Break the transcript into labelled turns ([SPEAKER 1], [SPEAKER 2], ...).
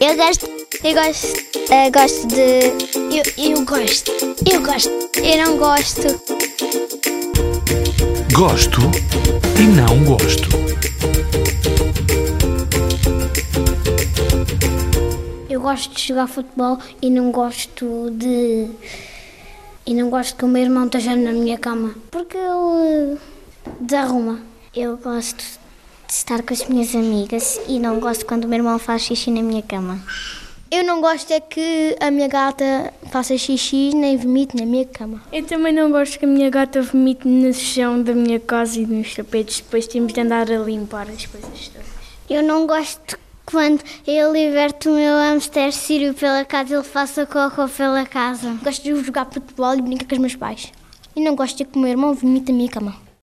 [SPEAKER 1] Eu gosto. Eu gosto. Eu gosto de. Eu, eu gosto. Eu gosto. Eu não gosto.
[SPEAKER 2] Gosto e não gosto.
[SPEAKER 1] Eu gosto de jogar futebol e não gosto de. E não gosto que o meu irmão esteja na minha cama. Porque ele eh, desarruma. Eu gosto de estar com as minhas amigas e não gosto quando o meu irmão faz xixi na minha cama. Eu não gosto é que a minha gata faça xixi nem vomite na minha cama.
[SPEAKER 3] Eu também não gosto que a minha gata vomite no chão da minha casa e nos tapetes. Depois temos de andar a limpar as coisas todas.
[SPEAKER 1] Eu não gosto quando eu liberto o meu hamster sírio pela casa, ele faça cocô pela casa. Gosto de jogar futebol e brincar com os meus pais. E não gosto de que o meu irmão vomite na minha cama.